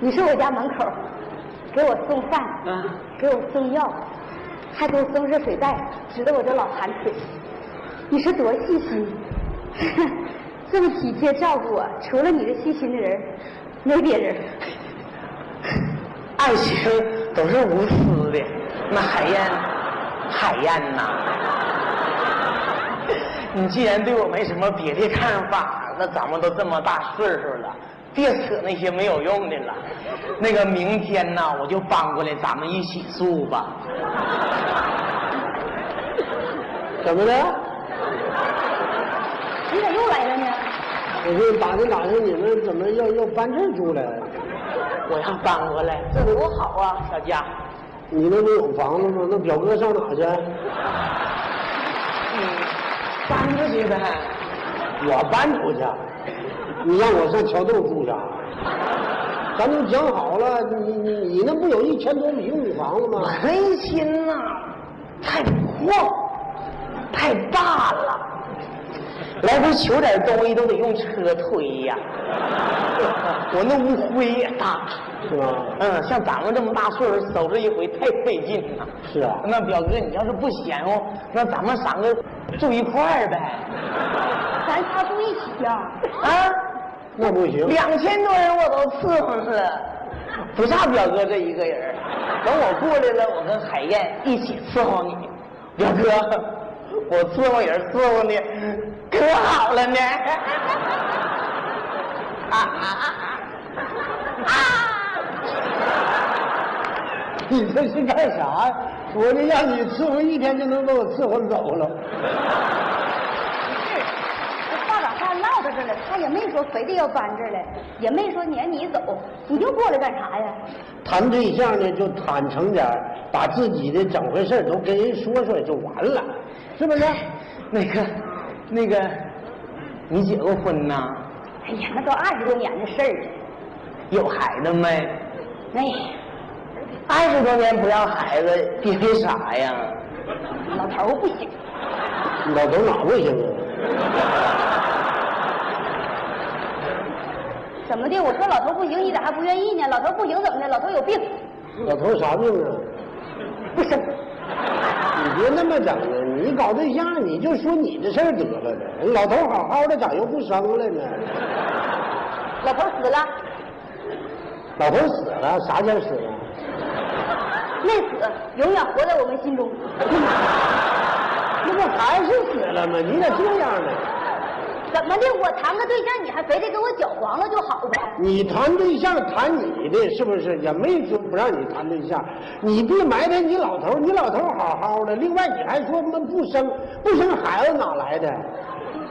S12: 你是我家门口，给我送饭，
S8: 嗯
S12: 给我送药，还给我送热水袋，直到我这老寒腿。你是多细心， 这么体贴照顾我，除了你这细心的人，没别人。
S8: 爱情都是无私的。那海燕，海燕呐，你既然对我没什么别的看法，那咱们都这么大岁数了。别扯那些没有用的了，那个明天呢，我就搬过来，咱们一起住吧。
S1: 怎么的？
S12: 你咋又来了呢？
S1: 我说打听打听你们怎么要要搬这儿住了？
S8: 我要搬过来，这多好啊，小佳。
S1: 你那不有房子吗？那表哥上哪去？
S8: 嗯，搬出去呗。
S1: 我搬出去，你让我上桥洞住去？咱都讲好了，你你你那不有一千多米五房子吗
S8: 我？这一心呐、太阔，太大了，来回取点东西都得用车推呀、 我那屋灰也大，
S1: 是吧？
S8: 嗯，像咱们这么大岁数收拾一回太费劲了。
S1: 是啊
S8: 那表哥，你要是不嫌乎，那咱们三个住一块儿呗？
S12: 咱仨住一起呀、
S8: 啊，
S1: 那不行。
S8: 两千多人我都伺候着，不差表哥这一个人儿。等我过来了，我跟海燕一起伺候你。表哥，我伺候人伺候你可好了呢。啊啊啊！
S1: 你这是干啥呀？我这让你伺候一天就能把我伺候走了。
S12: 是，这话把话唠
S13: 闹到这儿了，他也没说非得要搬这儿来，也没说撵你走，你就过来干啥呀？
S8: 谈对象呢就坦诚点儿把自己的整回事儿都跟人说说就完了，是不是？那个，那个，你结过婚呐？
S13: 哎呀，那都二十多年的事儿了，
S8: 有孩子没？
S13: 哎，
S8: 二十多年不要孩子，因为啥呀？
S13: 老头儿不行，
S8: 老头哪不行啊？
S13: 怎么的？我说老头儿不行，你咋还不愿意呢？老头儿不行怎么的？老头儿有病，
S8: 老头啥病啊？
S13: 不生。
S8: 你别那么整啊！你搞对象，你就说你的事儿得了呗。老头好好的，咋又不生了呢？
S13: 老头儿死了，
S8: 老头死了，啥叫死了？
S13: 没死，永远活在我们心中。
S8: 那不还是死了吗？你咋这样呢？
S13: 怎么的？我谈个对象，你还非得给我搅黄了就好呗？
S8: 你谈对象谈你的，是不是？也没说不让你谈对象，你别埋汰你老头，你老头好好的。另外你还说他妈不生，不生孩子哪来的？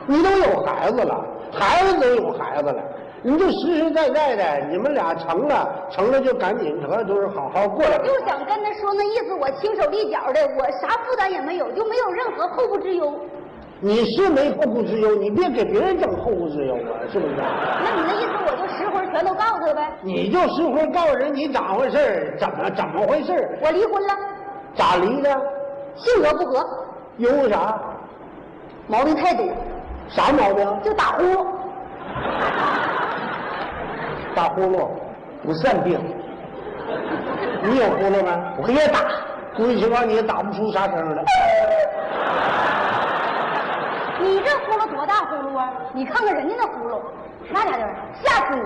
S8: 你都有孩子了，孩子都有孩子了，你就实实在在的，你们俩成了，成了就赶紧合就是好好过来吧。
S13: 就想跟他说那意思，我轻手利脚的，我啥负担也没有，就没有任何后顾之忧。
S8: 你是没后顾之忧，你别给别人整后顾之忧啊，是不是？
S13: 那你那意思，我就实话全都告诉他呗。
S8: 你就实话告诉人你咋回事儿怎么怎么回事儿
S13: 我离婚了，
S8: 咋离的？
S13: 性格不合，
S8: 因为啥？
S13: 毛病太多，
S8: 啥毛病？
S13: 就打呼噜。
S8: 打呼噜，不算病。你有呼噜吗？我也打，估计情况你也打不出啥声儿来。
S13: 你这呼噜多大呼噜啊？你看看人家那呼噜，那家伙吓死你！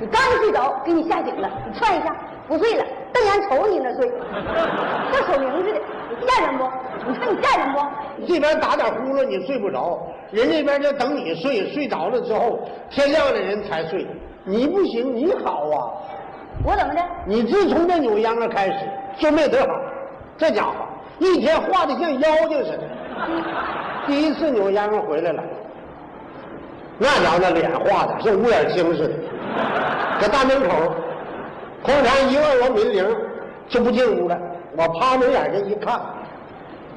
S13: 你刚一睡着，给你吓醒了，你窜一下不睡了，瞪眼瞅你那睡，像守灵似的，吓人不？你说你吓人不？
S8: 这边打点呼噜你睡不着，人那边就等你睡，睡着了之后天亮了人才睡。你不行，你好啊！
S13: 我怎么的？
S8: 你自从这扭秧歌开始就没得好，这家伙一天画的像妖精似的。第一次扭秧歌回来了，那家伙那脸画的像乌眼青似的，搁大门口，空常一问我门铃就不进屋了。我趴门眼这一看，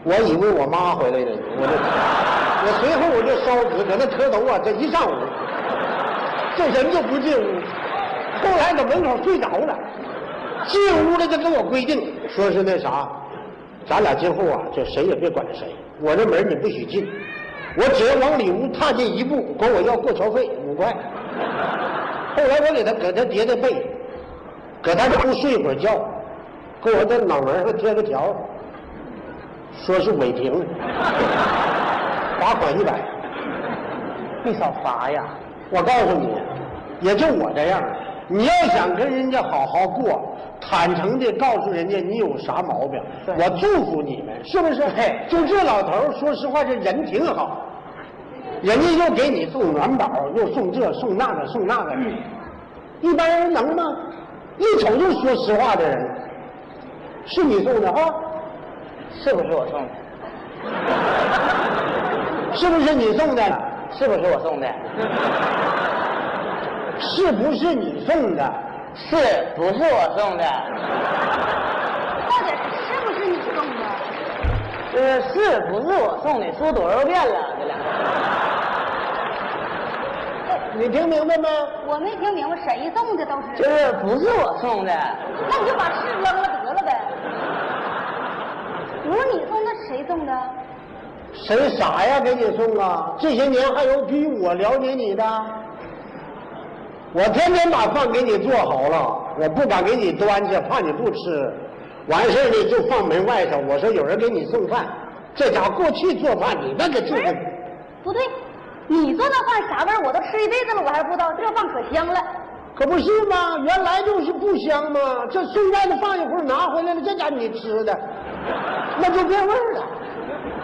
S8: 我以为我妈回来了，我就我随后我就烧纸搁那磕头啊，这一上午，这人就不进屋。后来搁门口睡着了，进屋了就跟我规定，说是那啥，咱俩今后啊，就谁也别管谁，我这门你不许进，我只要往里屋踏进一步，管我要过桥费五块。后来我给他搁他叠的被，搁他这屋睡一会儿觉，给我这脑门上贴个条，说是违停，罚款一百。没少罚呀！我告诉你，也就我这样。你要想跟人家好好过，坦诚的告诉人家你有啥毛病，我祝福你们，是不是？就这老头儿，说实话，这人挺好，人家又给你送暖宝，又送这送那个送那个的，一般人能吗？一瞅就是说实话的人，是你送的啊？是不是我送的？是不是你送的？是不是我送的？是不是你送的？是不是我送的？
S13: 到底是不是你送的？
S8: 呃，是不是我送的？说多少遍了？这俩。你听明白没？
S13: 我没听明白，谁送的都是？
S8: 是不是我送的？
S13: 那你就把事扔了得了呗。不是你送的，谁送的？
S8: 谁傻呀？给你送啊！这些年还有比我了解你的？我天天把饭给你做好了，我不敢给你端去，怕你不吃。完事儿呢就放门外头。我说有人给你送饭，这家伙过去做饭，你那个做
S13: 哎
S8: 的
S13: 不对，你做那饭啥味儿？我都吃一辈子了，我还不知道，这饭可香了。
S8: 可不是吗？原来就是不香嘛。这送外头放一会儿拿回来了，这家伙你吃的，那就变味儿了。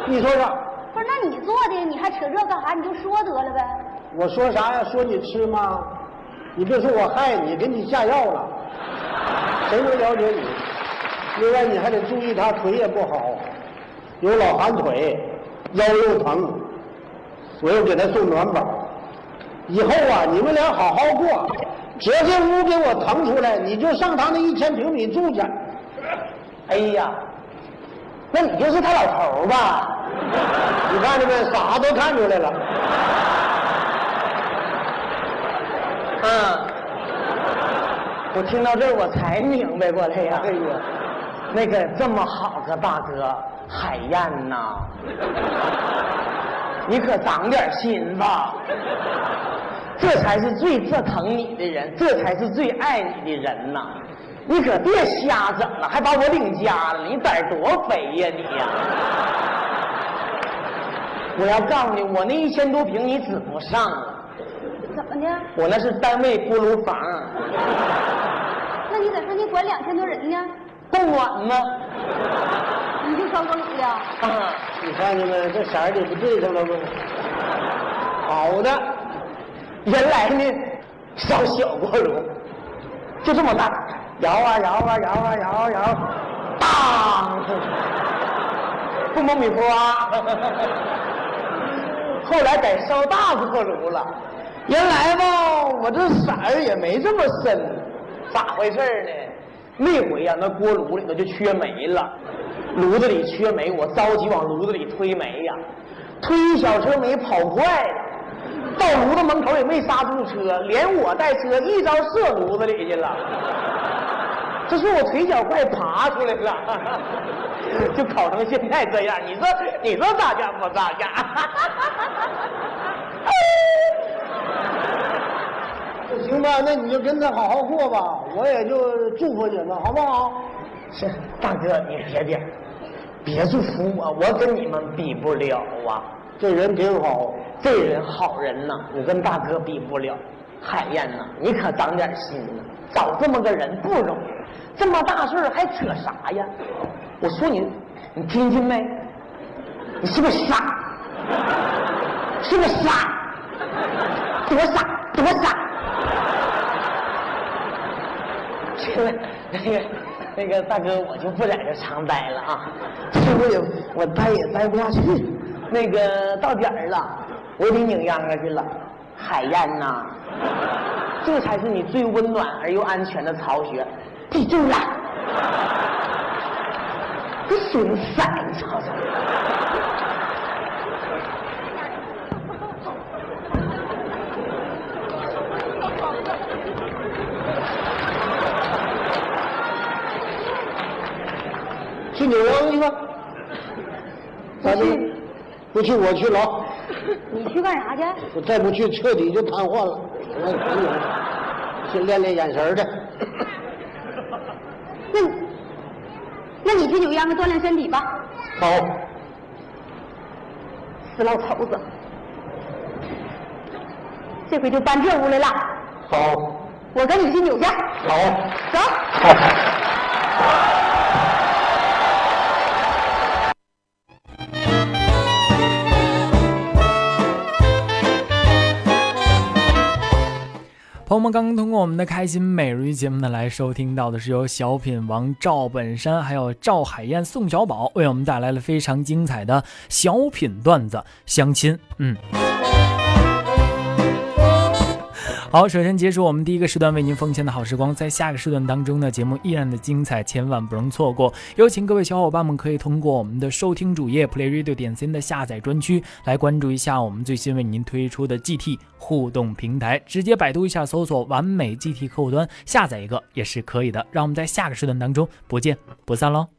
S8: 你说说，
S13: 不是，那你做的，你还扯这干啥？你就说得了呗。
S8: 我说啥呀？说你吃吗？你别说我害你，给你下药了，谁能了解你？另外你还得注意他腿也不好，有老寒腿，腰又疼。我又给他送暖宝，以后啊，你们俩好好过，折这屋给我腾出来，你就上他那一千平米住去。哎呀，那你就是他老头儿吧？你看见没？啥都看出来了。嗯。我听到这儿我才明白过来呀。哎呀，那个这么好个大哥，海燕呐，你可长点心吧。这才是最这疼你的人，这才是最爱你的人呐！你可别瞎整了，还把我领家了，你胆儿多肥呀、你呀、我要告诉你，我那一千多平你指不上啊了，
S13: 怎么的？
S8: 我那是单位锅炉房。
S13: 那你在上你管两千多人呢？
S8: 不管吗？
S13: 你就烧锅炉呀？
S8: 啊，你看见没？这色儿得不对上了不？好的，原来呢，烧小锅炉，就这么大，摇啊摇啊摇啊摇啊摇啊，当，不蒙米花。后来改烧大锅炉了，原来吧，我这色儿也没这么深，咋回事儿呢？那回呀、那锅炉里头就缺煤了，炉子里缺煤，我着急往炉子里推煤呀、推一小车煤跑快了，到炉子门口也没刹住车，连我带车一招射炉子里去了。这是我腿脚快爬出来了， 就烤成现在这样。你说，你说咋样不咋样？那行吧，那你就跟他好好过吧，我也就祝福你们，好不好？是，大哥，你别别，别祝福我，我跟你们比不了啊。这人挺好，这人好人呐，我跟大哥比不了。海燕呐，你可长点心呐，找这么个人不容易，这么大事儿还扯啥呀？我说你，你听听没？你是不是 傻？是不是傻？多傻，多傻！ 那个那个大哥，我就不在这常待了啊，这我也我待也待不下去。那个到点儿了，我得拧秧歌去了。海燕呐、这才是你最温暖而又安全的巢穴，记住了。这损色，你瞅瞅。去扭秧去吧。咱们不去，我去了啊。
S13: 你去干啥去？
S8: 我再不去，彻底就瘫痪了。我赶紧先练练眼神儿去。
S13: 那你，那你去扭秧歌锻炼身体吧，
S8: 好，
S13: 死老头子。这回就搬这屋来了，
S8: 好，
S13: 我跟你去扭去，
S8: 好，
S13: 走。
S8: 好。
S3: 朋友们刚刚通过我们的开心每日一节目呢，来收听到的是由小品王赵本山还有赵海燕、宋小宝为我们带来了非常精彩的小品段子《相亲》。嗯。好，首先结束我们第一个时段为您奉献的好时光，在下个时段当中呢，节目依然的精彩，千万不容错过。有请各位小伙伴们可以通过我们的收听主页 playradio 点 cn 的下载专区来关注一下我们最新为您推出的 GT 互动平台，直接百度一下搜索“完美 GT 客户端”，下载一个也是可以的。让我们在下个时段当中不见不散喽。